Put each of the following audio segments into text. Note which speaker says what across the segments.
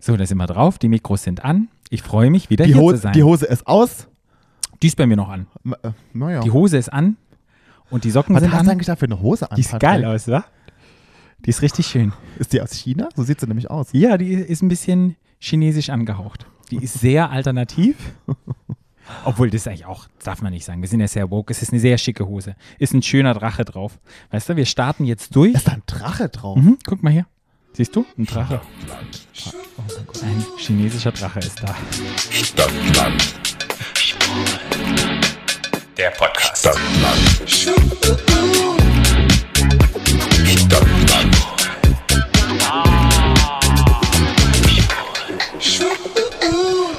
Speaker 1: So, da sind wir drauf. Die Mikros sind an. Ich freue mich, wieder
Speaker 2: Die,
Speaker 1: hier
Speaker 2: Ho
Speaker 1: zu sein.
Speaker 2: die Hose ist aus.
Speaker 1: die ist bei mir noch an.
Speaker 2: M- äh, Naja.
Speaker 1: Die Hose ist an und die Socken
Speaker 2: Was
Speaker 1: sind
Speaker 2: hast
Speaker 1: an.
Speaker 2: du eigentlich da für eine Hose an?
Speaker 1: Die sieht
Speaker 2: Patrick?
Speaker 1: geil aus, wa? Die ist richtig schön.
Speaker 2: Ist die aus China? So sieht sie nämlich aus.
Speaker 1: Ja, die ist ein bisschen chinesisch angehaucht. Die ist sehr alternativ. Obwohl, das ist eigentlich auch, darf man nicht sagen. Wir sind ja sehr woke. Es ist eine sehr schicke Hose. Ist ein schöner Drache drauf. Weißt du, wir starten jetzt durch.
Speaker 2: Da ist da ein Drache drauf.
Speaker 1: Mhm, guck mal hier. Siehst du? Ein Drache. Oh, Ein chinesischer Drache ist da.
Speaker 3: Der Podcast.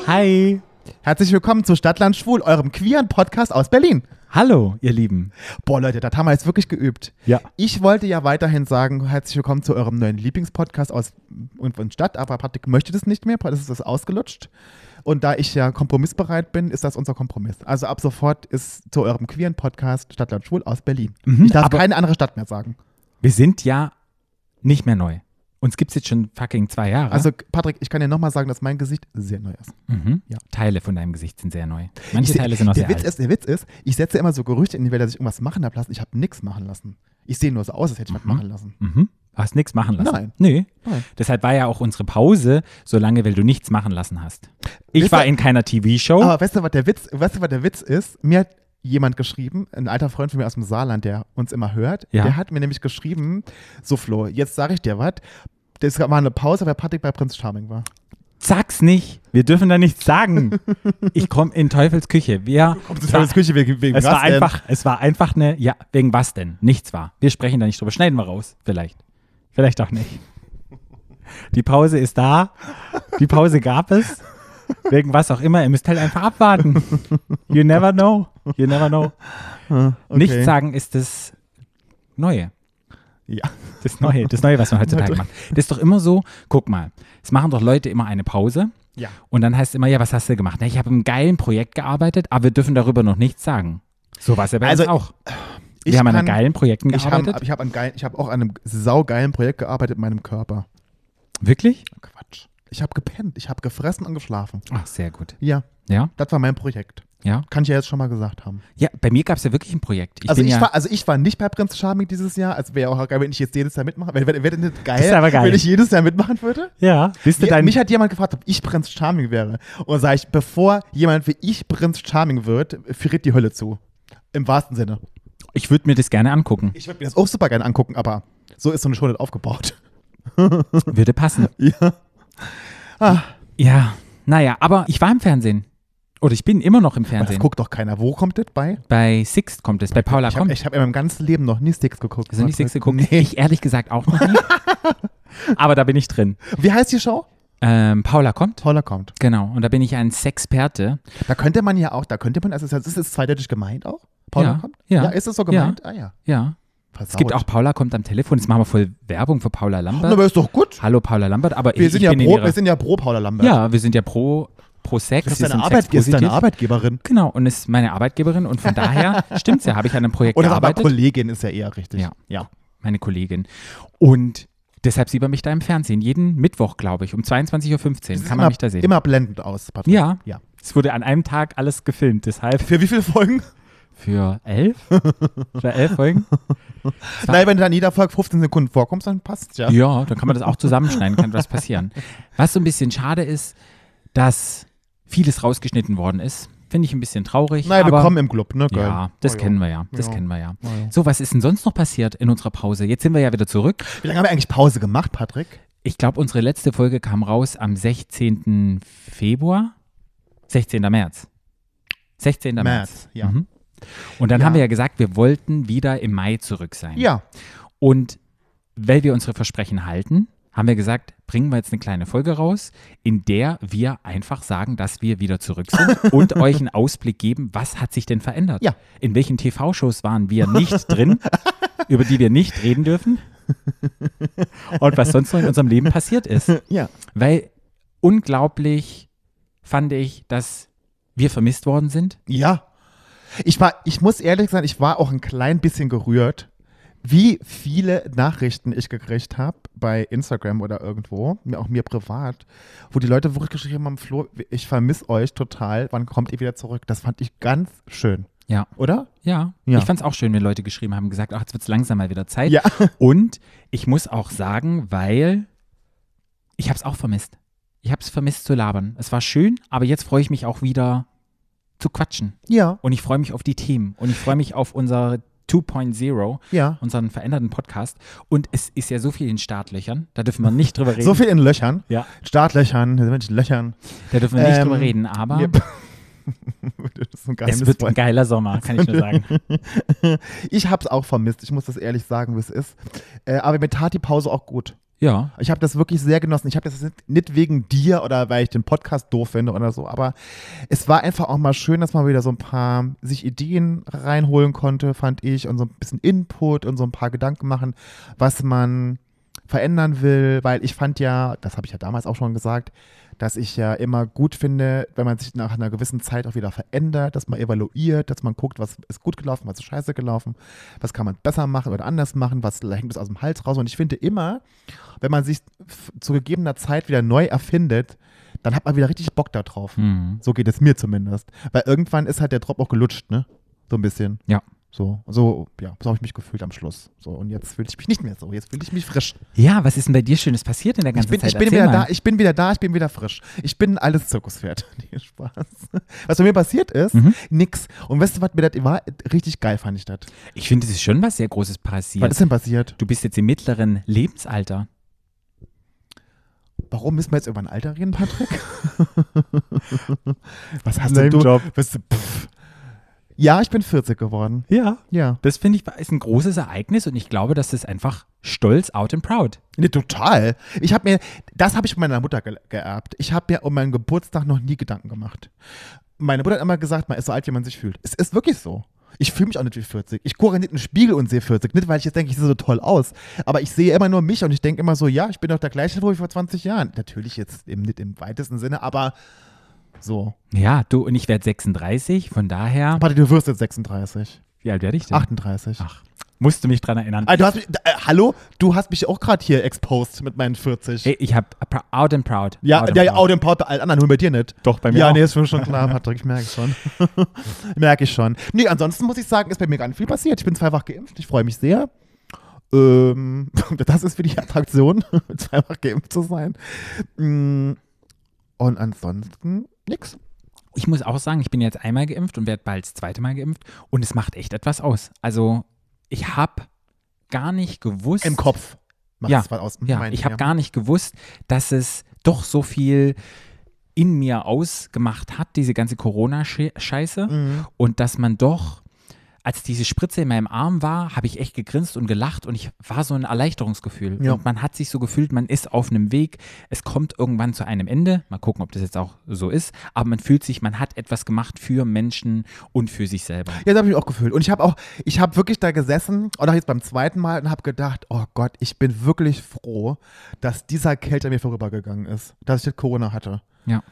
Speaker 1: Hi.
Speaker 2: Herzlich willkommen zu Stadtland Schwul, eurem queeren Podcast aus Berlin.
Speaker 1: Hallo, ihr Lieben.
Speaker 2: Boah, Leute, das haben wir jetzt wirklich geübt.
Speaker 1: Ja.
Speaker 2: Ich wollte ja weiterhin sagen, herzlich willkommen zu eurem neuen Lieblingspodcast aus und von Stadt, aber Patrick möchte das nicht mehr, das ist das ausgelutscht. Und da ich ja kompromissbereit bin, ist das unser Kompromiss. Also ab sofort ist zu eurem queeren Podcast Stadtland Schwul aus Berlin. ich darf
Speaker 1: Mhm. aber-
Speaker 2: keine andere Stadt mehr sagen.
Speaker 1: Wir sind ja nicht mehr neu. Uns gibt's jetzt schon fucking zwei Jahre.
Speaker 2: Also Patrick, ich kann dir nochmal sagen, dass mein Gesicht sehr neu ist.
Speaker 1: mhm.
Speaker 2: ja.
Speaker 1: Teile von deinem Gesicht sind sehr neu. Manche
Speaker 2: Ich-
Speaker 1: Teile sind noch
Speaker 2: der
Speaker 1: sehr
Speaker 2: Witz
Speaker 1: alt.
Speaker 2: ist, Der Witz ist, ich setze immer so Gerüchte in die Welt, dass ich irgendwas machen habe lassen. Ich habe nichts machen lassen. Ich sehe nur so aus, als hätte ich was machen lassen.
Speaker 1: Mhm. Hast nichts machen lassen?
Speaker 2: Nein.
Speaker 1: Nee.
Speaker 2: Nein.
Speaker 1: Deshalb war ja auch unsere Pause so lange, weil du nichts machen lassen hast. Ich
Speaker 2: Wisst
Speaker 1: war
Speaker 2: ihr-
Speaker 1: in keiner TV-Show.
Speaker 2: Aber weißt du, was der Witz, weißt du, was der Witz ist? Mir hat jemand geschrieben, ein alter Freund von mir aus dem Saarland, der uns immer hört,
Speaker 1: Ja.
Speaker 2: der hat mir nämlich geschrieben, so Flo, jetzt sage ich dir was. Das war eine Pause, weil Patrick bei Prinz Charming war.
Speaker 1: Sag's nicht. Wir dürfen da nichts sagen. ich komme in Teufels Küche. Wir,
Speaker 2: Das Küche wegen, wegen
Speaker 1: es, war
Speaker 2: was denn?
Speaker 1: einfach, es war einfach eine. Ja, wegen was denn? Nichts war. Wir sprechen da nicht drüber. Schneiden wir raus. Vielleicht. Vielleicht auch nicht. Die Pause ist da. Die Pause gab es. Wegen was auch immer. Ihr müsst halt einfach abwarten. You never know. You never know.
Speaker 2: Hm, Okay.
Speaker 1: Nichts sagen ist das Neue.
Speaker 2: Ja.
Speaker 1: Das Neue, das Neue, was man heutzutage macht. Das ist doch immer so, guck mal, es machen doch Leute immer eine Pause
Speaker 2: ja.
Speaker 1: und dann heißt es immer, ja, was hast du gemacht? Na, ich habe im geilen Projekt gearbeitet, aber wir dürfen darüber noch nichts sagen. So war es ja bei
Speaker 2: Also,
Speaker 1: uns auch.
Speaker 2: Ich
Speaker 1: Wir haben an
Speaker 2: kann-
Speaker 1: geilen Projekten
Speaker 2: Ich habe
Speaker 1: gearbeitet.
Speaker 2: ich hab an geil- ich hab auch an einem saugeilen Projekt gearbeitet in meinem Körper.
Speaker 1: Wirklich?
Speaker 2: Quatsch. Ich habe gepennt, ich habe gefressen und geschlafen.
Speaker 1: Ach, sehr gut.
Speaker 2: Ja,
Speaker 1: Ja,
Speaker 2: das war mein Projekt.
Speaker 1: ja.
Speaker 2: Kann ich ja jetzt schon mal gesagt haben.
Speaker 1: Ja, bei mir gab es ja wirklich ein Projekt. Ich
Speaker 2: also,
Speaker 1: bin
Speaker 2: ich
Speaker 1: ja,
Speaker 2: war, also ich war nicht bei Prinz Charming dieses Jahr. Also wäre auch geil, wenn ich jetzt jedes Jahr mitmache. Wäre wär, wär denn nicht geil,
Speaker 1: ist aber geil.
Speaker 2: wenn ich jedes Jahr mitmachen würde?
Speaker 1: ja, bist du
Speaker 2: Ja,
Speaker 1: dein,
Speaker 2: mich hat jemand gefragt, ob ich Prinz Charming wäre. Und sage ich, bevor jemand wie ich Prinz Charming wird, friert die Hölle zu. Im wahrsten Sinne.
Speaker 1: ich würde mir das gerne angucken.
Speaker 2: Ich würde mir das auch super gerne angucken, aber so ist so eine Show nicht aufgebaut.
Speaker 1: Würde passen.
Speaker 2: Ja. Ah.
Speaker 1: Ja, naja, aber ich war im Fernsehen. Oder ich bin immer noch im
Speaker 2: Aber das
Speaker 1: Fernsehen.
Speaker 2: guckt doch keiner. Wo kommt das bei?
Speaker 1: Bei Sixt kommt es, bei Paula
Speaker 2: Ich habe
Speaker 1: kommt.
Speaker 2: hab in meinem ganzen Leben noch nie Sticks geguckt.
Speaker 1: Also nicht Six geguckt.
Speaker 2: Nee.
Speaker 1: Ich ehrlich gesagt auch noch nie. Aber da bin ich drin.
Speaker 2: Wie heißt die Show?
Speaker 1: Ähm, Paula kommt.
Speaker 2: Toller kommt.
Speaker 1: Genau. Und da bin ich ein Sexperte.
Speaker 2: Da könnte man ja auch, da könnte man, also ist das ist es zweideutig gemeint auch? Paula
Speaker 1: Ja,
Speaker 2: kommt?
Speaker 1: ja.
Speaker 2: Ist es so gemeint? Ah ja.
Speaker 1: Ja.
Speaker 2: Versaut.
Speaker 1: Es gibt auch Paula kommt am Telefon. Jetzt machen wir voll Werbung für Paula
Speaker 2: Na, aber
Speaker 1: Lambert.
Speaker 2: ist doch gut.
Speaker 1: Hallo Paula Lambert. Aber
Speaker 2: Wir
Speaker 1: ich,
Speaker 2: sind,
Speaker 1: ich
Speaker 2: ja
Speaker 1: bin in
Speaker 2: pro,
Speaker 1: ihrer-
Speaker 2: wir sind ja pro Paula Lambert.
Speaker 1: ja, wir sind ja pro, pro Sex.
Speaker 2: Das ist
Speaker 1: Wir
Speaker 2: deine,
Speaker 1: sind
Speaker 2: Arbeit, ist
Speaker 1: sexpositiv.
Speaker 2: deine Arbeitgeberin.
Speaker 1: Genau. Und ist meine Arbeitgeberin. Und von daher stimmt's ja. Habe ich an einem Projekt
Speaker 2: Oder aber
Speaker 1: gearbeitet.
Speaker 2: Kollegin ist ja eher richtig.
Speaker 1: Ja. meine Kollegin. Und deshalb sieht man mich da im Fernsehen. Jeden Mittwoch, glaube ich, um 22.15 Uhr kann
Speaker 2: immer,
Speaker 1: man mich da sehen.
Speaker 2: Immer blendend aus, Patrick.
Speaker 1: Ja.
Speaker 2: ja.
Speaker 1: Es wurde an einem Tag alles gefilmt, deshalb
Speaker 2: Für wie viele Folgen?
Speaker 1: für elf? Für elf Folgen? Ja.
Speaker 2: Nein, wenn du an jeder Folge 15 Sekunden vorkommst, dann passt ja.
Speaker 1: Ja, dann kann man das auch zusammenschneiden, kann was passieren. Was so ein bisschen schade ist, dass vieles rausgeschnitten worden ist. Finde ich ein bisschen traurig.
Speaker 2: Naja, wir
Speaker 1: aber
Speaker 2: kommen im Club, ne? Geil.
Speaker 1: ja, das
Speaker 2: Oh ja.
Speaker 1: kennen wir ja. Das
Speaker 2: Ja.
Speaker 1: kennen wir ja.
Speaker 2: Oh ja.
Speaker 1: So, was ist denn sonst noch passiert in unserer Pause? Jetzt sind wir ja wieder zurück.
Speaker 2: Wie lange haben wir eigentlich Pause gemacht, Patrick?
Speaker 1: Ich glaube, unsere letzte Folge kam raus am 16. Februar. 16. März. 16. März.
Speaker 2: ja.
Speaker 1: Mhm. Und dann
Speaker 2: Ja.
Speaker 1: haben wir ja gesagt, wir wollten wieder im Mai zurück sein.
Speaker 2: Ja.
Speaker 1: Und weil wir unsere Versprechen halten, haben wir gesagt, bringen wir jetzt eine kleine Folge raus, in der wir einfach sagen, dass wir wieder zurück sind und euch einen Ausblick geben, was hat sich denn verändert?
Speaker 2: Ja.
Speaker 1: In welchen TV-Shows waren wir nicht drin, über die wir nicht reden dürfen? Und was sonst noch in unserem Leben passiert ist.
Speaker 2: Ja.
Speaker 1: Weil unglaublich fand ich, dass wir vermisst worden sind.
Speaker 2: Ja. Ich war, ich muss ehrlich sein, ich war auch ein klein bisschen gerührt, wie viele Nachrichten ich gekriegt habe bei Instagram oder irgendwo, mir auch mir privat, wo die Leute wirklich geschrieben haben, Flo, ich vermisse euch total, wann kommt ihr wieder zurück? Das fand ich ganz schön,
Speaker 1: Ja.
Speaker 2: oder?
Speaker 1: Ja,
Speaker 2: Ja.
Speaker 1: ich fand es auch schön, wenn Leute geschrieben haben, gesagt, ach, jetzt wird es langsam mal wieder Zeit.
Speaker 2: Ja.
Speaker 1: Und ich muss auch sagen, weil ich habe es auch vermisst. Ich habe es vermisst zu labern. Es war schön, aber jetzt freue ich mich auch wieder zu quatschen.
Speaker 2: Ja,
Speaker 1: Und ich freue mich auf die Themen. Und ich freue mich auf unser 2.0,
Speaker 2: ja.
Speaker 1: unseren veränderten Podcast. Und es ist ja so viel in Startlöchern, da dürfen wir nicht drüber reden.
Speaker 2: So viel in Löchern,
Speaker 1: Ja,
Speaker 2: Startlöchern, Mensch, Löchern.
Speaker 1: da dürfen wir nicht
Speaker 2: Ähm,
Speaker 1: drüber reden, aber
Speaker 2: Yep. das ist ein
Speaker 1: es wird
Speaker 2: geheimnisvoll.
Speaker 1: ein geiler Sommer, kann ich nur sagen.
Speaker 2: Ich hab's auch vermisst, ich muss das ehrlich sagen, wie es ist. Äh, aber mir tat die Pause auch gut.
Speaker 1: Ja,
Speaker 2: Ich habe das wirklich sehr genossen. Ich habe das jetzt nicht wegen dir oder weil ich den Podcast doof finde oder so, aber es war einfach auch mal schön, dass man wieder so ein paar sich Ideen reinholen konnte, fand ich, und so ein bisschen Input und so ein paar Gedanken machen, was man verändern will, weil ich fand ja, das habe ich ja damals auch schon gesagt, dass ich ja immer gut finde, wenn man sich nach einer gewissen Zeit auch wieder verändert, dass man evaluiert, dass man guckt, was ist gut gelaufen, was ist scheiße gelaufen, was kann man besser machen oder anders machen, was hängt es aus dem Hals raus. Und ich finde immer, wenn man sich f- zu gegebener Zeit wieder neu erfindet, dann hat man wieder richtig Bock da drauf.
Speaker 1: hm.
Speaker 2: So geht es mir zumindest. Weil irgendwann ist halt der Drop auch gelutscht, ne? So ein bisschen.
Speaker 1: Ja.
Speaker 2: So, so, ja, so habe ich mich gefühlt am Schluss. So, und jetzt fühle ich mich nicht mehr so. Jetzt fühle ich mich frisch.
Speaker 1: ja, was ist denn bei dir Schönes passiert in der
Speaker 2: Ich
Speaker 1: ganzen
Speaker 2: bin,
Speaker 1: Zeit?
Speaker 2: ich bin
Speaker 1: Erzähl
Speaker 2: wieder
Speaker 1: mal.
Speaker 2: da, ich bin wieder da, ich bin wieder frisch. Ich bin ein alles Zirkuspferd. Nee, Spaß. Was bei mir passiert ist,
Speaker 1: Mhm.
Speaker 2: nix. Und weißt du, was mir das war? Richtig geil fand ich das.
Speaker 1: Ich finde, es ist schon was sehr Großes
Speaker 2: Was
Speaker 1: passiert.
Speaker 2: ist denn passiert?
Speaker 1: Du bist jetzt im mittleren Lebensalter.
Speaker 2: Warum müssen wir jetzt über ein Alter reden, Patrick? was hast denn du? Was, pff. Ja, ich bin 40 geworden.
Speaker 1: Ja.
Speaker 2: Ja.
Speaker 1: Das finde ich ist ein großes Ereignis und ich glaube, dass das einfach stolz, out and proud.
Speaker 2: Nee, total. Ich habe mir, das habe ich von meiner Mutter ge geerbt. Ich habe mir um meinen Geburtstag noch nie Gedanken gemacht. Meine Mutter hat immer gesagt, man ist so alt, wie man sich fühlt. Es ist wirklich so. Ich fühle mich auch nicht wie 40. Ich gucke nicht in den Spiegel und sehe 40. Nicht, weil ich jetzt denke, ich sehe so toll aus. Aber ich sehe immer nur mich und ich denke immer so, ja, ich bin doch der gleiche wo ich vor 20 Jahren. Natürlich jetzt eben nicht im weitesten Sinne, aber so.
Speaker 1: Ja, du und ich werde 36, von daher.
Speaker 2: Patrick, du wirst jetzt 36.
Speaker 1: Wie alt werde ich denn?
Speaker 2: 38.
Speaker 1: Ach, musst du mich dran erinnern.
Speaker 2: Ah, du hast mich, äh, hallo? Du hast mich auch gerade hier exposed mit meinen 40.
Speaker 1: Ey, ich habe out and proud.
Speaker 2: Ja,
Speaker 1: out and
Speaker 2: ja, ja,
Speaker 1: proud.
Speaker 2: Audio Import bei allen anderen, nur bei dir nicht.
Speaker 1: Doch, bei mir
Speaker 2: Ja,
Speaker 1: auch.
Speaker 2: nee, ist mir schon klar, Patrick, ich merke schon. merke ich schon. Nee, ansonsten muss ich sagen, ist bei mir gar nicht viel passiert. Ich bin zweifach geimpft, ich freue mich sehr. Ähm, das ist für die Attraktion, zweifach geimpft zu sein. Mm, Und ansonsten nix.
Speaker 1: Ich muss auch sagen, ich bin jetzt einmal geimpft und werde bald das zweite Mal geimpft und es macht echt etwas aus. Also, ich habe gar nicht gewusst.
Speaker 2: Im Kopf. Macht
Speaker 1: Ja,
Speaker 2: das was aus.
Speaker 1: Ja,
Speaker 2: Meint
Speaker 1: ich
Speaker 2: ihr?
Speaker 1: habe gar nicht gewusst, dass es doch so viel in mir ausgemacht hat, diese ganze Corona-Scheiße.
Speaker 2: Mhm.
Speaker 1: Und dass man doch, als diese Spritze in meinem Arm war, habe ich echt gegrinst und gelacht und ich war so ein Erleichterungsgefühl.
Speaker 2: Ja.
Speaker 1: Und man hat sich so gefühlt, man ist auf einem Weg, es kommt irgendwann zu einem Ende. Mal gucken, ob das jetzt auch so ist. Aber man fühlt sich, man hat etwas gemacht für Menschen und für sich selber.
Speaker 2: Ja, das habe ich auch gefühlt. Und ich habe auch, ich habe wirklich da gesessen und auch jetzt beim zweiten Mal und habe gedacht, oh Gott, ich bin wirklich froh, dass dieser Kälte an mir vorübergegangen ist, dass ich das Corona hatte.
Speaker 1: Ja.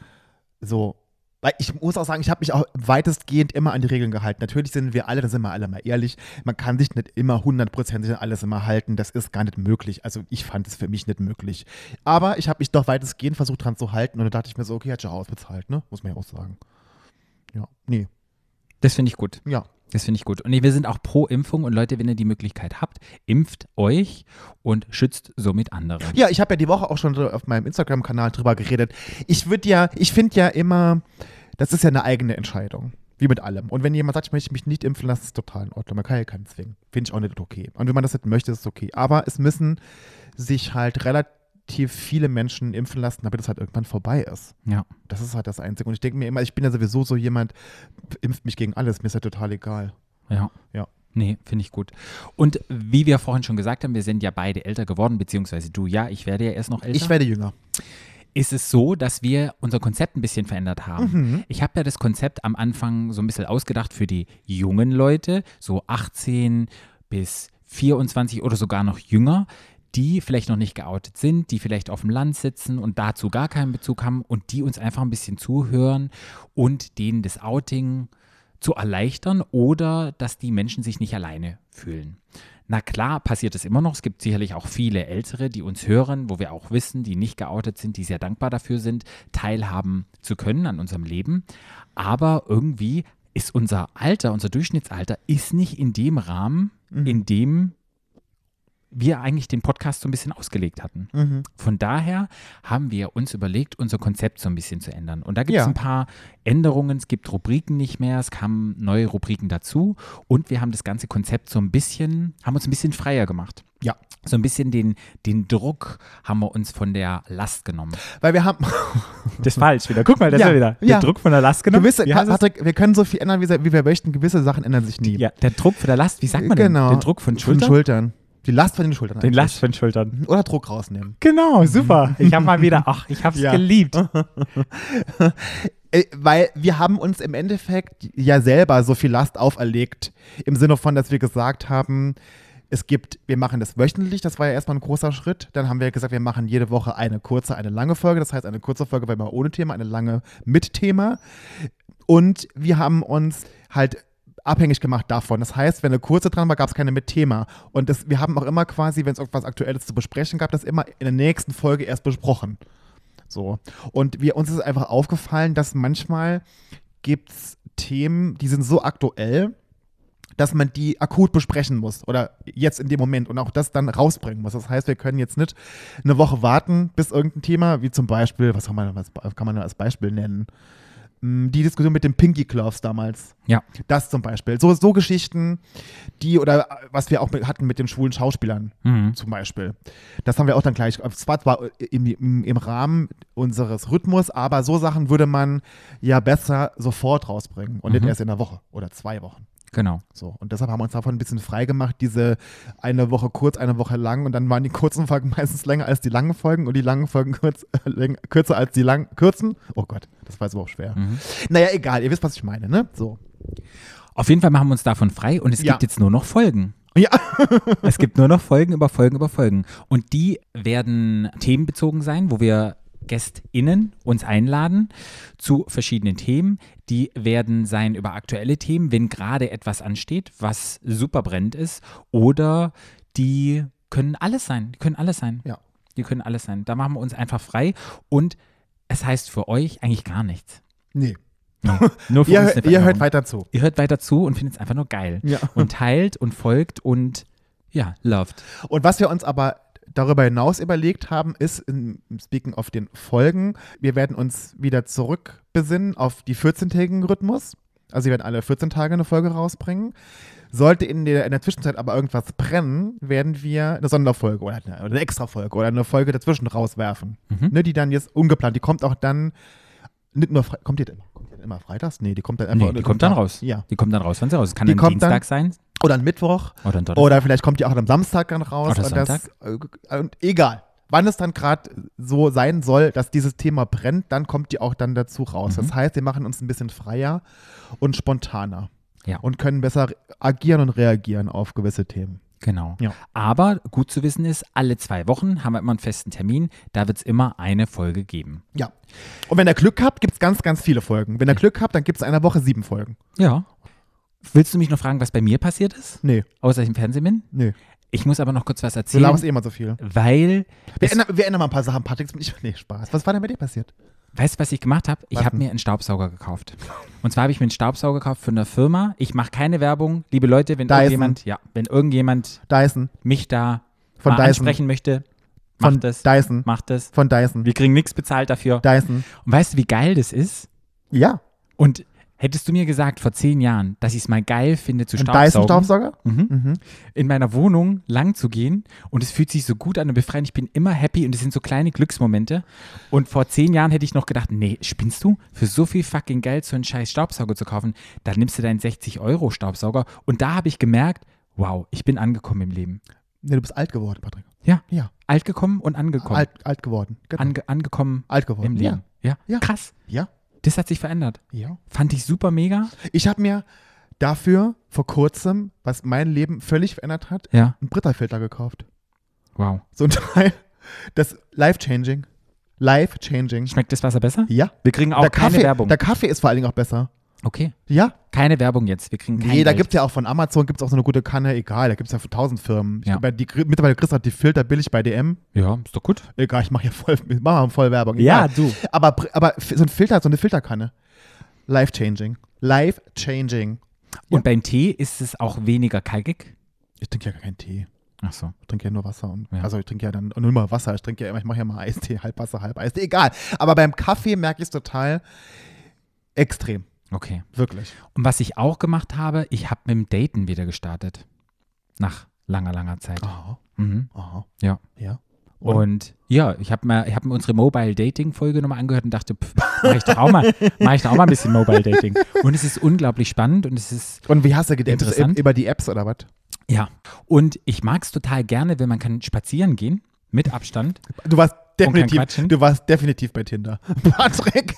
Speaker 2: So. Weil ich muss auch sagen, ich habe mich auch weitestgehend immer an die Regeln gehalten. Natürlich sind wir alle, da sind wir alle mal ehrlich, man kann sich nicht immer hundertprozentig an alles immer halten. Das ist gar nicht möglich. Also ich fand es für mich nicht möglich. Aber ich habe mich doch weitestgehend versucht dran zu halten und da dachte ich mir so, okay, hat ja ausbezahlt, ne? Muss man ja auch sagen. Ja, nee,
Speaker 1: Das finde ich gut.
Speaker 2: ja.
Speaker 1: Das finde ich gut. Und wir sind auch pro Impfung. Und Leute, wenn ihr die Möglichkeit habt, impft euch und schützt somit andere.
Speaker 2: Ja, ich habe ja die Woche auch schon so auf meinem Instagram-Kanal drüber geredet. Ich würde ja, ich finde ja immer, das ist ja eine eigene Entscheidung. Wie mit allem. Und wenn jemand sagt, ich möchte mich nicht impfen lassen, ist total in Ordnung. Man kann ja keinen zwingen. Finde ich auch nicht okay. Und wenn man das nicht möchte, ist es okay. Aber es müssen sich halt relativ viele Menschen impfen lassen, damit es halt irgendwann vorbei ist.
Speaker 1: Ja.
Speaker 2: Das ist halt das Einzige. Und ich denke mir immer, ich bin ja sowieso so jemand, impft mich gegen alles, mir ist ja total egal.
Speaker 1: Ja.
Speaker 2: Ja.
Speaker 1: Nee, finde ich gut. Und wie wir vorhin schon gesagt haben, wir sind ja beide älter geworden, beziehungsweise du ja, ich werde ja erst noch älter.
Speaker 2: Ich werde jünger.
Speaker 1: ist es so, dass wir unser Konzept ein bisschen verändert haben. Ich habe ja das Konzept am Anfang so ein bisschen ausgedacht für die jungen Leute, so 18 bis 24 oder sogar noch jünger, die vielleicht noch nicht geoutet sind, die vielleicht auf dem Land sitzen und dazu gar keinen Bezug haben und die uns einfach ein bisschen zuhören und denen das Outing zu erleichtern oder dass die Menschen sich nicht alleine fühlen. Na klar, passiert es immer noch. Es gibt sicherlich auch viele Ältere, die uns hören, wo wir auch wissen, die nicht geoutet sind, die sehr dankbar dafür sind, teilhaben zu können an unserem Leben. Aber irgendwie ist unser Alter, unser Durchschnittsalter, ist nicht in dem Rahmen, in dem wir eigentlich den Podcast so ein bisschen ausgelegt hatten.
Speaker 2: Mhm.
Speaker 1: Von daher haben wir uns überlegt, unser Konzept so ein bisschen zu ändern. Und da gibt es
Speaker 2: Ja.
Speaker 1: ein paar Änderungen. Es gibt Rubriken nicht mehr. Es kamen neue Rubriken dazu. Und wir haben das ganze Konzept so ein bisschen, haben uns ein bisschen freier gemacht.
Speaker 2: Ja.
Speaker 1: So ein bisschen den, den Druck haben wir uns von der Last genommen.
Speaker 2: Weil wir haben,
Speaker 1: Das ist falsch wieder. Guck mal,
Speaker 2: das ist er wieder. Der Druck
Speaker 1: von der Last
Speaker 2: gewisse, Patrick, wir können so viel ändern, wie, wie wir möchten. Gewisse Sachen ändern sich nie.
Speaker 1: ja, der Druck von der Last, wie sagt man
Speaker 2: genau.
Speaker 1: denn? Den Druck von Schultern?
Speaker 2: Von Schultern. Die Last von den Schultern.
Speaker 1: den
Speaker 2: eigentlich.
Speaker 1: Last von Schultern.
Speaker 2: Oder Druck rausnehmen.
Speaker 1: Genau, super. Ich habe mal wieder, ach, ich habe es
Speaker 2: Ja.
Speaker 1: geliebt.
Speaker 2: Äh, Weil wir haben uns im Endeffekt ja selber so viel Last auferlegt. Im Sinne von, dass wir gesagt haben, es gibt, wir machen das wöchentlich, das war ja erstmal ein großer Schritt. Dann haben wir gesagt, wir machen jede Woche eine kurze, eine lange Folge. Das heißt, eine kurze Folge war immer ohne Thema, eine lange mit Thema. Und wir haben uns halt abhängig gemacht davon. Das heißt, wenn eine kurze dran war, gab es keine mit Thema. Und das, wir haben auch immer quasi, wenn es irgendwas Aktuelles zu besprechen gab, das immer in der nächsten Folge erst besprochen. So. Und wir, uns ist einfach aufgefallen, dass manchmal gibt es Themen, die sind so aktuell, dass man die akut besprechen muss oder jetzt in dem Moment und auch das dann rausbringen muss. Das heißt, wir können jetzt nicht eine Woche warten, bis irgendein Thema, wie zum Beispiel, was kann man, was kann man als Beispiel nennen? Mm, Die Diskussion mit den Pinky Gloves damals.
Speaker 1: Ja.
Speaker 2: Das zum Beispiel. So, so Geschichten, die oder äh, was wir auch mit, hatten mit den schwulen Schauspielern
Speaker 1: Mhm.
Speaker 2: zum Beispiel. Das haben wir auch dann gleich. Es war zwar äh, im, im, im Rahmen unseres Rhythmus, aber so Sachen würde man ja besser sofort rausbringen und nicht
Speaker 1: Mhm.
Speaker 2: erst in einer Woche oder zwei Wochen.
Speaker 1: Genau.
Speaker 2: So. Und deshalb haben wir uns davon ein bisschen frei gemacht, diese eine Woche kurz, eine Woche lang. Und dann waren die kurzen Folgen meistens länger als die langen Folgen und die langen Folgen kurz, äh, läng- kürzer als die langen kürzen. Oh Gott, das war jetzt aber auch schwer.
Speaker 1: Mhm.
Speaker 2: Naja, egal, ihr wisst, was ich meine, ne? So.
Speaker 1: Auf jeden Fall machen wir uns davon frei und es
Speaker 2: Ja.
Speaker 1: gibt jetzt nur noch Folgen.
Speaker 2: Ja.
Speaker 1: es gibt nur noch Folgen über Folgen über Folgen. Und die werden themenbezogen sein, wo wir GästInnen uns einladen zu verschiedenen Themen. Die werden sein über aktuelle Themen, wenn gerade etwas ansteht, was super brennend ist. Oder die können alles sein. Die können alles sein.
Speaker 2: Ja.
Speaker 1: Die können alles sein. Da machen wir uns einfach frei. Und es heißt für euch eigentlich gar nichts.
Speaker 2: Nee.
Speaker 1: Nur für uns
Speaker 2: Ihr,
Speaker 1: eine
Speaker 2: ihr hört
Speaker 1: Veränderung.
Speaker 2: weiter zu.
Speaker 1: Ihr hört weiter zu und findet es einfach nur geil.
Speaker 2: Ja.
Speaker 1: Und teilt und folgt und ja, loved.
Speaker 2: Und was wir uns aber darüber hinaus überlegt haben, ist, in, speaking of den Folgen, wir werden uns wieder zurückbesinnen auf die 14-tägigen Rhythmus. Also wir werden alle 14 Tage eine Folge rausbringen. Sollte in der, in der Zwischenzeit aber irgendwas brennen, werden wir eine Sonderfolge oder eine, oder eine Extrafolge oder eine Folge dazwischen rauswerfen.
Speaker 1: Mhm.
Speaker 2: Ne, die dann jetzt ungeplant, die kommt auch dann nicht nur, Fre- kommt die, denn- kommt die denn immer freitags? Nee, die kommt dann einfach.
Speaker 1: Nee, die kommt dann raus.
Speaker 2: Ja.
Speaker 1: Die kommt dann raus, wenn sie raus. Es kann
Speaker 2: Die
Speaker 1: dann
Speaker 2: kommt
Speaker 1: Dienstag sein
Speaker 2: Oder ein Mittwoch.
Speaker 1: oder ein Donnerstag.
Speaker 2: Oder vielleicht kommt die auch am Samstag dann raus.
Speaker 1: Oder
Speaker 2: und Das, äh, und egal. Wann es dann gerade so sein soll, dass dieses Thema brennt, dann kommt die auch dann dazu raus. Das heißt, wir machen uns ein bisschen freier und spontaner
Speaker 1: Ja,
Speaker 2: und können besser agieren und reagieren auf gewisse Themen.
Speaker 1: genau.
Speaker 2: Ja.
Speaker 1: Aber gut zu wissen ist, alle zwei Wochen haben wir immer einen festen Termin. Da wird es immer eine Folge geben.
Speaker 2: Ja. Und wenn ihr Glück habt, gibt es ganz, ganz viele Folgen. Wenn ihr Glück habt, dann gibt es in einer Woche sieben Folgen.
Speaker 1: Ja. Willst du mich noch fragen, was bei mir passiert ist?
Speaker 2: Nee,
Speaker 1: Außer ich im Fernsehen bin?
Speaker 2: nee.
Speaker 1: Ich muss aber noch kurz was
Speaker 2: Du
Speaker 1: erzählen,
Speaker 2: laberst eh immer so viel.
Speaker 1: weil,
Speaker 2: Wir
Speaker 1: es,
Speaker 2: ändern, wir ändern mal ein paar Sachen. Patrick, ich, nee, Spaß. Was war denn bei dir passiert?
Speaker 1: weißt du, was ich gemacht habe? Ich
Speaker 2: Was
Speaker 1: habe
Speaker 2: denn?
Speaker 1: mir einen Staubsauger gekauft. Und zwar habe ich mir einen Staubsauger gekauft von der Firma. Ich mache keine Werbung. Liebe Leute, wenn
Speaker 2: Dyson.
Speaker 1: irgendjemand, ja, wenn irgendjemand
Speaker 2: Dyson.
Speaker 1: mich da
Speaker 2: Von
Speaker 1: mal
Speaker 2: Dyson.
Speaker 1: ansprechen möchte,
Speaker 2: Von
Speaker 1: macht es.
Speaker 2: Dyson.
Speaker 1: Macht es.
Speaker 2: Von Dyson.
Speaker 1: Wir kriegen nichts bezahlt dafür.
Speaker 2: Dyson.
Speaker 1: Und weißt du, wie geil das ist?
Speaker 2: Ja.
Speaker 1: Und hättest du mir gesagt vor zehn Jahren, dass ich es mal geil finde, zu
Speaker 2: Ein Dyson-Staubsauger?
Speaker 1: staubsaugen, Mhm. in meiner Wohnung lang zu gehen und es fühlt sich so gut an und befreien. Ich bin immer happy und es sind so kleine Glücksmomente. Und vor zehn Jahren hätte ich noch gedacht, nee, spinnst du? Für so viel fucking Geld so einen scheiß Staubsauger zu kaufen, dann nimmst du deinen 60-Euro-Staubsauger. Und da habe ich gemerkt, wow, ich bin angekommen im Leben.
Speaker 2: Nee, du bist alt geworden, Patrick.
Speaker 1: Ja,
Speaker 2: Ja.
Speaker 1: alt gekommen und angekommen.
Speaker 2: Alt, alt geworden. Genau.
Speaker 1: Ange angekommen
Speaker 2: alt
Speaker 1: im
Speaker 2: geworden.
Speaker 1: Leben. Ja.
Speaker 2: Ja.
Speaker 1: krass.
Speaker 2: Ja.
Speaker 1: Das hat sich verändert.
Speaker 2: Ja. ja.
Speaker 1: Fand ich super mega.
Speaker 2: Ich habe mir dafür vor kurzem, was mein Leben völlig verändert hat,
Speaker 1: Ja,
Speaker 2: einen Britta-Filter gekauft.
Speaker 1: wow.
Speaker 2: So ein Teil. Das Life-Changing. Life-Changing.
Speaker 1: Schmeckt das Wasser besser?
Speaker 2: Ja.
Speaker 1: Wir kriegen auch
Speaker 2: der
Speaker 1: keine
Speaker 2: Kaffee,
Speaker 1: Werbung.
Speaker 2: Der Kaffee ist vor allen Dingen auch besser.
Speaker 1: Okay.
Speaker 2: Ja,
Speaker 1: Keine Werbung jetzt. Wir kriegen kein
Speaker 2: Nee, da
Speaker 1: Geld.
Speaker 2: gibt es ja auch von Amazon gibt's auch so eine gute Kanne, egal, da gibt es ja von tausend Firmen. Ich,
Speaker 1: Ja.
Speaker 2: bei die, mittlerweile kriegst du halt die Filter billig bei DM.
Speaker 1: Ja, ist doch gut.
Speaker 2: Egal, ich mache hier voll, ich mach mal voll Werbung.
Speaker 1: Ja,
Speaker 2: egal.
Speaker 1: du.
Speaker 2: Aber, pr- aber f- so ein Filter, so eine Filterkanne. Life-changing. Life-changing.
Speaker 1: Und beim Tee ist es auch weniger kalkig.
Speaker 2: Ich trinke ja gar keinen Tee.
Speaker 1: Ach so.
Speaker 2: Ich trinke ja nur Wasser. Und,
Speaker 1: Ja.
Speaker 2: Also ich trinke ja dann nur mal Wasser. Ich trinke ja immer, ich mache ja mal Eistee, halb Wasser, halb Eistee. Egal. Aber beim Kaffee merke ich es total extrem.
Speaker 1: Okay.
Speaker 2: Wirklich.
Speaker 1: Und was ich auch gemacht habe, ich habe mit dem Daten wieder gestartet. Nach langer, langer Zeit.
Speaker 2: Aha,
Speaker 1: Mhm.
Speaker 2: aha.
Speaker 1: Ja.
Speaker 2: Ja.
Speaker 1: Und, ja, ich habe mir, ich hab mir unsere Mobile Dating Folge nochmal angehört und dachte, pff, mach ich doch auch mal, mach ich doch auch mal ein bisschen Mobile Dating. Und es ist unglaublich spannend und es ist,
Speaker 2: Und wie hast du gedacht?
Speaker 1: Interessant.
Speaker 2: Über die Apps oder was?
Speaker 1: ja. Und ich mag es total gerne, wenn man kann spazieren gehen, mit Abstand.
Speaker 2: Du warst
Speaker 1: kein
Speaker 2: definitiv,
Speaker 1: Quatschen?
Speaker 2: du warst definitiv bei Tinder. Patrick.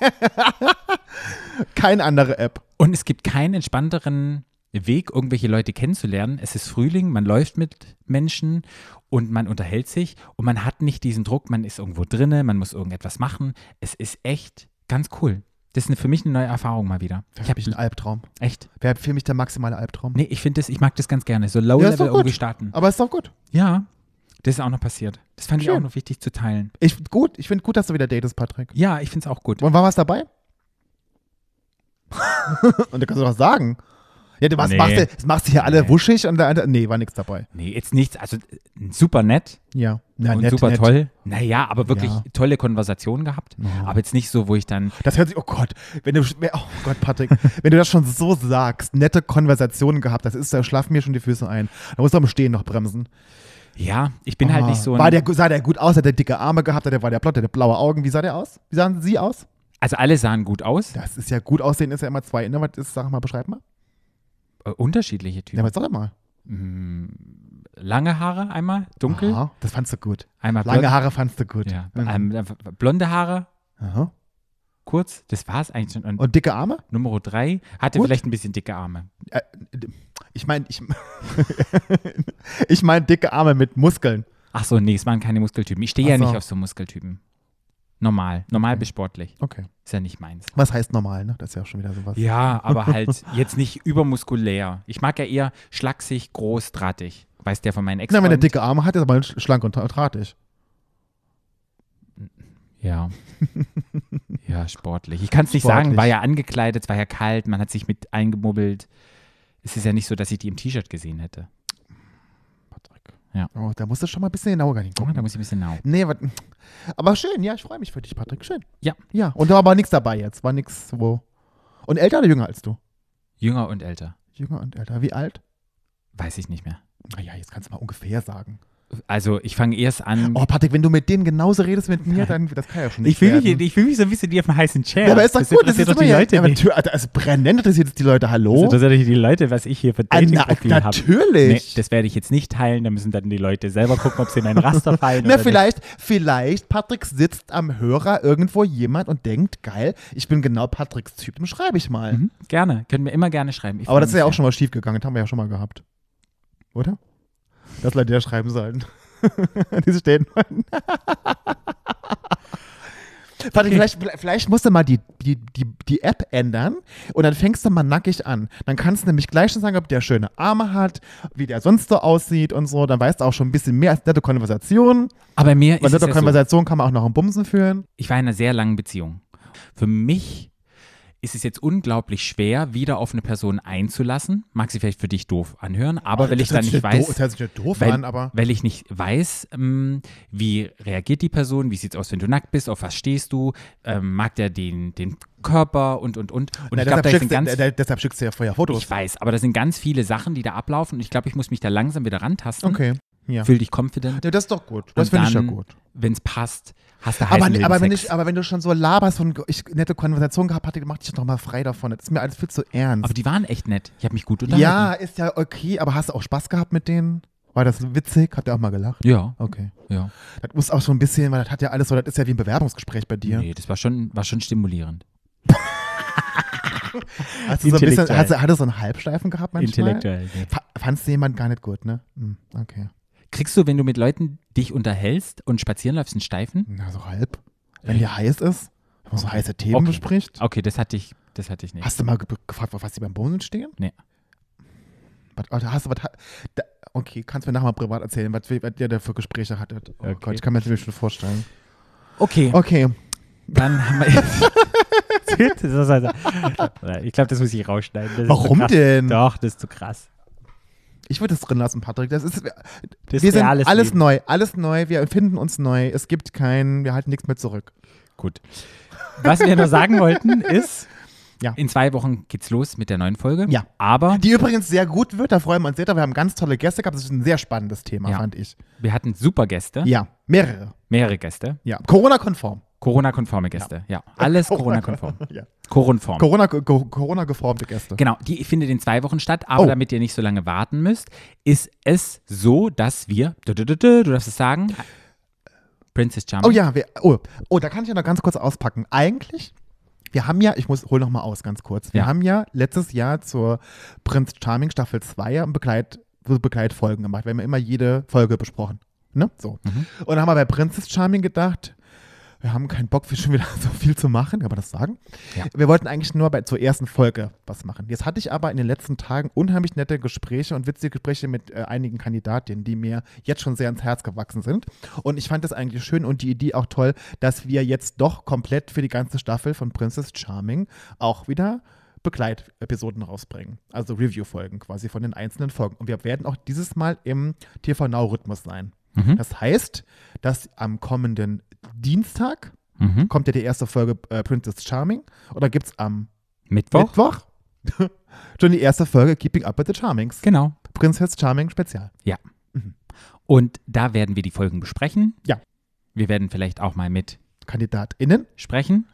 Speaker 2: Keine andere App.
Speaker 1: Und es gibt keinen entspannteren Weg, irgendwelche Leute kennenzulernen. Es ist Frühling, man läuft mit Menschen und man unterhält sich und man hat nicht diesen Druck, man ist irgendwo drinne, man muss irgendetwas machen. Es ist echt ganz cool. Das ist eine, für mich eine neue Erfahrung mal wieder.
Speaker 2: Wäre
Speaker 1: Ich
Speaker 2: für
Speaker 1: hab,
Speaker 2: mich ein Albtraum.
Speaker 1: echt.
Speaker 2: Wäre für mich der maximale Albtraum.
Speaker 1: Nee, ich finde das, ich mag das ganz gerne. So
Speaker 2: Ja, ist
Speaker 1: Low-Level
Speaker 2: doch gut.
Speaker 1: irgendwie starten.
Speaker 2: Aber ist doch gut.
Speaker 1: Ja, das ist auch noch passiert. Das fand ich
Speaker 2: Schön.
Speaker 1: auch noch wichtig zu teilen.
Speaker 2: Ich, gut, ich finde gut, dass du wieder datest, Patrick.
Speaker 1: Ja, ich finde es auch gut.
Speaker 2: Und war was dabei? und da kannst du doch was sagen. Ja, du was
Speaker 1: Nee.
Speaker 2: machst, du, das machst du hier alle
Speaker 1: Nee.
Speaker 2: wuschig und da, nee, war nichts dabei.
Speaker 1: Nee, jetzt nichts. Also äh, super nett.
Speaker 2: Ja. Na,
Speaker 1: und
Speaker 2: nett,
Speaker 1: super
Speaker 2: nett.
Speaker 1: toll. Naja, aber wirklich
Speaker 2: Ja.
Speaker 1: tolle Konversationen gehabt.
Speaker 2: Ja.
Speaker 1: Aber jetzt nicht so, wo ich dann.
Speaker 2: Das hört sich, oh Gott, wenn du, oh Gott, Patrick, wenn du das schon so sagst, nette Konversationen gehabt, das ist, da schlafen mir schon die Füße ein. Da musst du am Stehen noch bremsen.
Speaker 1: Ja, ich bin halt
Speaker 2: Ah,
Speaker 1: nicht so
Speaker 2: war
Speaker 1: ein.
Speaker 2: der, gu- sah der gut aus? Hat der dicke Arme gehabt? Hat der, war der blond? Hat der blaue Augen? Wie sah der aus? Wie sahen Sie aus?
Speaker 1: Also alle sahen gut aus.
Speaker 2: Das ist ja gut aussehen, ist ja immer zwei. Ne? Was ist, sag mal, beschreib mal.
Speaker 1: Äh, unterschiedliche Typen. Mm,
Speaker 2: Ja, was sag doch mal.
Speaker 1: Lange Haare einmal, dunkel,
Speaker 2: Aha, das fandst du gut.
Speaker 1: einmal blond.
Speaker 2: Lange Haare fandst du gut.
Speaker 1: Ja,
Speaker 2: Mhm.
Speaker 1: ähm, äh, blonde Haare,
Speaker 2: Aha.
Speaker 1: kurz. Das war es eigentlich schon. Und,
Speaker 2: Und dicke Arme?
Speaker 1: Nummer drei hatte
Speaker 2: Gut.
Speaker 1: vielleicht ein bisschen dicke Arme.
Speaker 2: Äh, d- ich meine, ich, ich meine dicke Arme mit Muskeln.
Speaker 1: Ach so, nee, es waren keine Muskeltypen. Ich stehe
Speaker 2: Ach
Speaker 1: ja
Speaker 2: so.
Speaker 1: nicht auf so Muskeltypen. Normal, normal bis sportlich.
Speaker 2: Okay.
Speaker 1: Ist ja nicht meins.
Speaker 2: Was heißt normal, ne? Das ist ja auch schon wieder sowas.
Speaker 1: Ja, aber halt jetzt nicht übermuskulär. Ich mag ja eher schlaksig, groß, drahtig. Weiß der von meinen ex
Speaker 2: Na, wenn er dicke Arme hat, ist er mal sch- schlank und tra- drahtig.
Speaker 1: Ja. ja, sportlich. Ich kann es nicht
Speaker 2: Sportlich.
Speaker 1: sagen, war ja angekleidet, es war ja kalt, man hat sich mit eingemubbelt. Es ist ja nicht so, dass ich die im T-Shirt gesehen hätte.
Speaker 2: Patrick.
Speaker 1: Ja.
Speaker 2: Oh, da musst du schon mal ein bisschen genauer gar nicht
Speaker 1: Oh,
Speaker 2: gucken.
Speaker 1: da muss ich ein bisschen genau.
Speaker 2: Nee, wat- aber schön, ja, ich freue mich für dich, Patrick. Schön.
Speaker 1: Ja.
Speaker 2: Ja, und da war aber nichts dabei jetzt. War nichts, wo. Und älter oder jünger als du?
Speaker 1: Jünger und älter.
Speaker 2: Jünger und älter. Wie alt?
Speaker 1: Weiß ich nicht mehr.
Speaker 2: Naja, jetzt kannst du mal ungefähr sagen.
Speaker 1: Also, ich fange erst an.
Speaker 2: Oh, Patrick, wenn du mit denen genauso redest wie mit mir, dann das kann ja schon nicht werden.
Speaker 1: ich fühl mich so ein bisschen wie auf dem heißen Chair.
Speaker 2: Ja, aber ist doch gut, das ist
Speaker 1: interessiert
Speaker 2: immer ja, ja, natürlich, Alter, also brennend interessiert es die Leute, hallo?
Speaker 1: Also Das interessiert doch die Leute, was ich hier für
Speaker 2: Ah, na,
Speaker 1: Dating-Profil habe. Nee,
Speaker 2: natürlich.
Speaker 1: das werde ich jetzt nicht teilen, da müssen dann die Leute selber gucken, ob sie in ein Raster fallen.
Speaker 2: Na,
Speaker 1: oder nicht.
Speaker 2: vielleicht, vielleicht, Patrick sitzt am Hörer irgendwo jemand und denkt, geil, ich bin genau Patricks Typ, dem schreibe ich mal.
Speaker 1: Mhm, gerne, können wir immer gerne schreiben. Ich
Speaker 2: Aber
Speaker 1: freu
Speaker 2: das ist
Speaker 1: mich
Speaker 2: ja auch
Speaker 1: sehr.
Speaker 2: schon mal schief gegangen, das haben wir ja schon mal gehabt. Oder? Dass Leute ja schreiben sollen. Diese stehen Warte, vielleicht, vielleicht musst du mal die, die, die, die App ändern und dann fängst du mal nackig an. Dann kannst du nämlich gleich schon sagen, ob der schöne Arme hat, wie der sonst so aussieht und so. Dann weißt du auch schon ein bisschen mehr als nette Konversation.
Speaker 1: Aber mir
Speaker 2: Weil
Speaker 1: ist es
Speaker 2: nette
Speaker 1: ja so,
Speaker 2: Konversation kann man auch noch einen Bumsen führen.
Speaker 1: ich war in einer sehr langen Beziehung. Für mich ist es jetzt unglaublich schwer, wieder auf eine Person einzulassen. Mag sie vielleicht für dich doof anhören, aber weil ich dann nicht
Speaker 2: Das hört sich ja doof- das
Speaker 1: weiß,
Speaker 2: hört sich ja doof
Speaker 1: weil,
Speaker 2: an, aber.
Speaker 1: weil ich nicht weiß, ähm, wie reagiert die Person, wie sieht's aus, wenn du nackt bist, auf was stehst du, ähm, mag der den, den Körper und und und. Und
Speaker 2: Na,
Speaker 1: ich glaube, da
Speaker 2: deshalb,
Speaker 1: sind
Speaker 2: schickst,
Speaker 1: ganz
Speaker 2: du- da- deshalb schickst du ja vorher Fotos.
Speaker 1: ich weiß, aber da sind ganz viele Sachen, die da ablaufen und ich glaube, ich muss mich da langsam wieder rantasten.
Speaker 2: Okay. Ja.
Speaker 1: Fühl dich confident.
Speaker 2: Ja, das ist doch gut.
Speaker 1: Und
Speaker 2: Das finde ich ja
Speaker 1: dann,
Speaker 2: gut.
Speaker 1: Wenn es passt, hast du halt
Speaker 2: Aber, aber, wenn ich, aber wenn du schon so laberst und ich nette Konversation gehabt hatte, mach dich doch mal frei davon. Das ist mir alles viel zu
Speaker 1: Aber
Speaker 2: ernst.
Speaker 1: die waren echt nett. Ich habe mich gut unterhalten.
Speaker 2: Ja, ist ja okay, aber hast du auch Spaß gehabt mit denen? War das witzig? Habt ihr auch mal gelacht?
Speaker 1: Ja,
Speaker 2: Okay.
Speaker 1: ja.
Speaker 2: Das muss auch so ein bisschen, weil das hat ja alles so, das ist ja wie ein Bewerbungsgespräch bei dir.
Speaker 1: Nee, das war schon, war schon stimulierend.
Speaker 2: Hast du so ein bisschen,
Speaker 1: Intellektuell.
Speaker 2: hast du, hattest du einen Halbsteifen gehabt manchmal?
Speaker 1: nee.
Speaker 2: Fa- Fandst du jemanden gar nicht gut, ne? Hm, okay.
Speaker 1: Kriegst du, wenn du mit Leuten dich unterhältst und spazieren läufst, einen Steifen?
Speaker 2: Na, so halb. Wenn dir heiß ist, wenn man so heiße Themen
Speaker 1: Okay.
Speaker 2: bespricht.
Speaker 1: Okay, das hatte ich Das hatte ich nicht.
Speaker 2: Hast du mal ge- gefragt, auf was die beim Bohnen stehen?
Speaker 1: Nee.
Speaker 2: Was, oh, da hast du was, ha- da, okay, kannst du mir nachher mal privat erzählen, was, was ihr da für Gespräche hattet. Oh
Speaker 1: Okay.
Speaker 2: Gott, ich kann mir das natürlich schon vorstellen.
Speaker 1: Okay,
Speaker 2: Okay,
Speaker 1: dann haben wir jetzt. Das ist also- ich glaube, das muss ich rausschneiden. Das ist zu
Speaker 2: Warum
Speaker 1: krass.
Speaker 2: denn?
Speaker 1: Doch, das ist zu krass.
Speaker 2: ich würde das drin lassen, Patrick. Das ist,
Speaker 1: Das
Speaker 2: wir
Speaker 1: ist
Speaker 2: sind
Speaker 1: reales
Speaker 2: alles
Speaker 1: Leben.
Speaker 2: neu, alles neu, wir empfinden uns neu. Es gibt keinen, wir halten nichts mehr zurück.
Speaker 1: Gut. Was wir nur sagen wollten ist,
Speaker 2: Ja.
Speaker 1: in zwei Wochen geht's los mit der neuen Folge.
Speaker 2: Ja.
Speaker 1: Aber
Speaker 2: Die übrigens sehr gut wird, da freuen wir uns sehr. drauf. Wir haben ganz tolle Gäste gehabt, das ist ein sehr spannendes Thema,
Speaker 1: Ja.
Speaker 2: fand ich.
Speaker 1: wir hatten super Gäste,
Speaker 2: Ja, mehrere.
Speaker 1: mehrere Gäste,
Speaker 2: Ja, Corona-konform.
Speaker 1: Corona-konforme Gäste. Ja, alles Corona-konform.
Speaker 2: Ja.
Speaker 1: Koronform.
Speaker 2: Corona, Ko- Corona-geformte Gäste.
Speaker 1: Genau, die findet in zwei Wochen statt, aber
Speaker 2: Oh.
Speaker 1: damit ihr nicht so lange warten müsst, ist es so, dass wir, du, du, du, du, du darfst es sagen, Princess Charming.
Speaker 2: Oh ja, wir, oh, oh, da kann ich ja noch ganz kurz auspacken. Eigentlich, wir haben ja, ich muss, hol noch mal aus, ganz kurz. Wir
Speaker 1: Ja.
Speaker 2: haben ja letztes Jahr zur Prinz Charming Staffel 2 ja ein Begleit, so Begleitfolgen gemacht. Wir haben ja immer jede Folge besprochen. Ne? So. Und dann haben wir bei Princess Charming gedacht, wir haben keinen Bock, schon wieder so viel zu machen, kann man das sagen?
Speaker 1: Ja.
Speaker 2: Wir wollten eigentlich nur bei, zur ersten Folge was machen. Jetzt hatte ich aber in den letzten Tagen unheimlich nette Gespräche und witzige Gespräche mit äh, einigen Kandidatinnen, die mir jetzt schon sehr ins Herz gewachsen sind. Und ich fand das eigentlich schön und die Idee auch toll, dass wir jetzt doch komplett für die ganze Staffel von Princess Charming auch wieder Begleitepisoden rausbringen. Also Review-Folgen quasi von den einzelnen Folgen. Und wir werden auch dieses Mal im TV-Now-Rhythmus sein.
Speaker 1: Mhm.
Speaker 2: Das heißt, dass am kommenden Dienstag
Speaker 1: Mhm.
Speaker 2: kommt ja die erste Folge äh, Princess Charming oder gibt es am
Speaker 1: Mittwoch?
Speaker 2: Mittwoch schon die erste Folge Keeping Up with the Charmings.
Speaker 1: Genau.
Speaker 2: Princess Charming Spezial.
Speaker 1: Und da werden wir die Folgen besprechen.
Speaker 2: Ja.
Speaker 1: Wir werden vielleicht auch mal mit
Speaker 2: KandidatInnen.
Speaker 1: sprechen.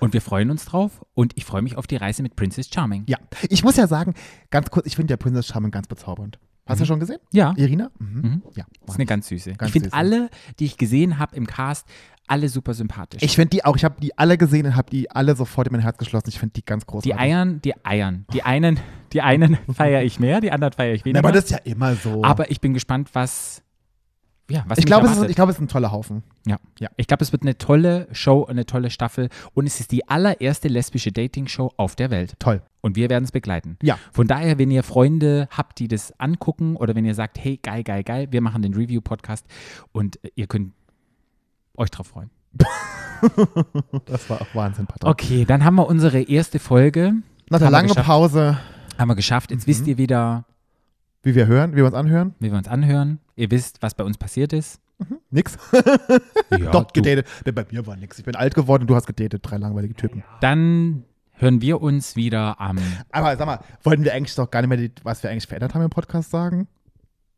Speaker 1: Und wir freuen uns drauf. Und ich freue mich auf die Reise mit Princess Charming.
Speaker 2: Ja, ich muss ja sagen, ganz kurz, ich finde ja Princess Charming ganz bezaubernd. Hast du schon gesehen?
Speaker 1: Ja,
Speaker 2: Irina? Mhm.
Speaker 1: Mhm.
Speaker 2: Ja.
Speaker 1: ist eine ganz süße.
Speaker 2: Ganz
Speaker 1: ich finde
Speaker 2: süße.
Speaker 1: alle, die ich gesehen habe im Cast, alle super sympathisch.
Speaker 2: Ich finde die auch, ich habe die alle gesehen und habe die alle sofort in mein Herz geschlossen. Ich finde die ganz großartig.
Speaker 1: die Eiern, die Eiern. Die einen, die einen feiere ich mehr, die anderen feiere ich
Speaker 2: Na,
Speaker 1: weniger.
Speaker 2: aber das ist ja immer so.
Speaker 1: Aber ich bin gespannt, was. Ja, was
Speaker 2: ich
Speaker 1: mich
Speaker 2: glaube, es, ist-
Speaker 1: erwartet.
Speaker 2: ich glaube, es ist ein toller Haufen.
Speaker 1: ja.
Speaker 2: Ja.
Speaker 1: ich glaube, es wird eine tolle Show, eine tolle Staffel. Und es ist die allererste lesbische Dating-Show auf der Welt.
Speaker 2: Toll.
Speaker 1: Und wir werden es begleiten.
Speaker 2: Ja.
Speaker 1: Von daher, wenn ihr Freunde habt, die das angucken oder wenn ihr sagt, hey, geil, geil, geil, wir machen den Review-Podcast und äh, ihr könnt euch drauf freuen.
Speaker 2: Das war auch Wahnsinn, Patrick.
Speaker 1: Okay, dann haben wir unsere erste Folge,
Speaker 2: Nach
Speaker 1: Haben
Speaker 2: der
Speaker 1: wir
Speaker 2: langen
Speaker 1: geschafft.
Speaker 2: Pause,
Speaker 1: haben wir geschafft. Jetzt wisst ihr wieder,
Speaker 2: wie wir hören, wie wir uns anhören,
Speaker 1: wie wir uns anhören. Ihr wisst, was bei uns passiert ist.
Speaker 2: nix.
Speaker 1: Ja,
Speaker 2: Doch,
Speaker 1: du.
Speaker 2: gedatet. Denn bei mir war nix. Ich bin alt geworden und du hast gedatet, drei langweilige Typen.
Speaker 1: Dann hören wir uns wieder am.
Speaker 2: Aber sag mal, wollten wir eigentlich doch gar nicht mehr, die, was wir eigentlich verändert haben im Podcast sagen?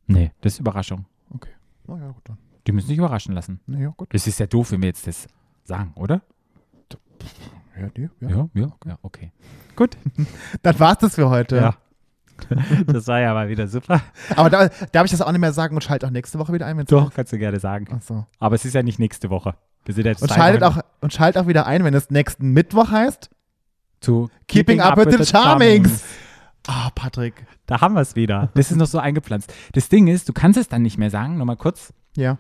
Speaker 1: Nee, das ist Überraschung.
Speaker 2: Okay. Na ja, gut dann.
Speaker 1: Die müssen sich überraschen lassen.
Speaker 2: Na ja, gut.
Speaker 1: Das ist ja doof, wenn wir jetzt das sagen, oder?
Speaker 2: Ja, nee, ja.
Speaker 1: Ja, ja, ja, okay.
Speaker 2: Gut. Dann war's das für heute.
Speaker 1: Das war ja mal wieder super.
Speaker 2: Aber da darf ich das auch nicht mehr sagen und schalt auch nächste Woche wieder ein, wenn es
Speaker 1: Doch, kannst du gerne sagen.
Speaker 2: Achso.
Speaker 1: Aber es ist ja nicht nächste Woche. Wir sind jetzt
Speaker 2: Und
Speaker 1: zwei
Speaker 2: schaltet
Speaker 1: Wochen
Speaker 2: auch, und schaltet auch wieder ein, wenn es nächsten Mittwoch heißt.
Speaker 1: zu
Speaker 2: Keeping up with the Charmings. Ah, Patrick.
Speaker 1: Da haben wir es wieder. Das ist noch so eingepflanzt. Das Ding ist, du kannst es dann nicht mehr sagen, nochmal kurz
Speaker 2: Ja.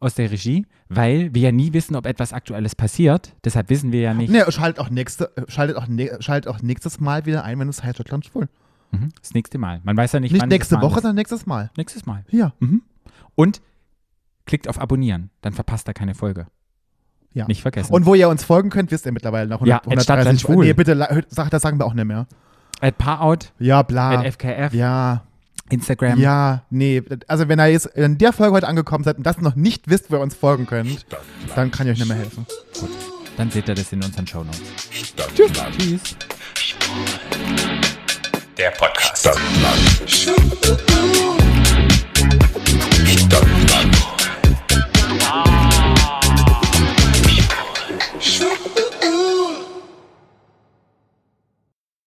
Speaker 1: aus der Regie, weil wir ja nie wissen, ob etwas Aktuelles passiert. Deshalb wissen wir ja nicht.
Speaker 2: Ne, schaltet auch, nächste, äh, schaltet, auch ne, schalt auch nächstes Mal wieder ein, wenn es heißt Schottland schwul.
Speaker 1: Mhm. Das nächste Mal. Man weiß ja nicht,
Speaker 2: Nicht
Speaker 1: wann das
Speaker 2: nächste
Speaker 1: Mal
Speaker 2: Woche,
Speaker 1: ist.
Speaker 2: sondern nächstes Mal.
Speaker 1: Nächstes Mal.
Speaker 2: Ja.
Speaker 1: Und klickt auf Abonnieren, dann verpasst ihr keine Folge.
Speaker 2: Ja.
Speaker 1: Nicht vergessen.
Speaker 2: Und wo ihr uns folgen könnt, wisst ihr mittlerweile nach
Speaker 1: Ja,
Speaker 2: 100,
Speaker 1: at Stadtland
Speaker 2: 130
Speaker 1: Schwul.
Speaker 2: Nee, bitte, la- sag, das sagen wir auch nicht mehr.
Speaker 1: at Parout,
Speaker 2: Ja, bla.
Speaker 1: at FKF,
Speaker 2: Ja,
Speaker 1: Instagram.
Speaker 2: Ah. ja, nee. Also wenn ihr jetzt in der Folge heute angekommen seid und das noch nicht wisst, wo ihr uns folgen könnt, dann kann ich euch nicht mehr helfen.
Speaker 1: Dann seht ihr das in unseren Shownotes. Tschüss.
Speaker 3: Der Podcast. Stadtland.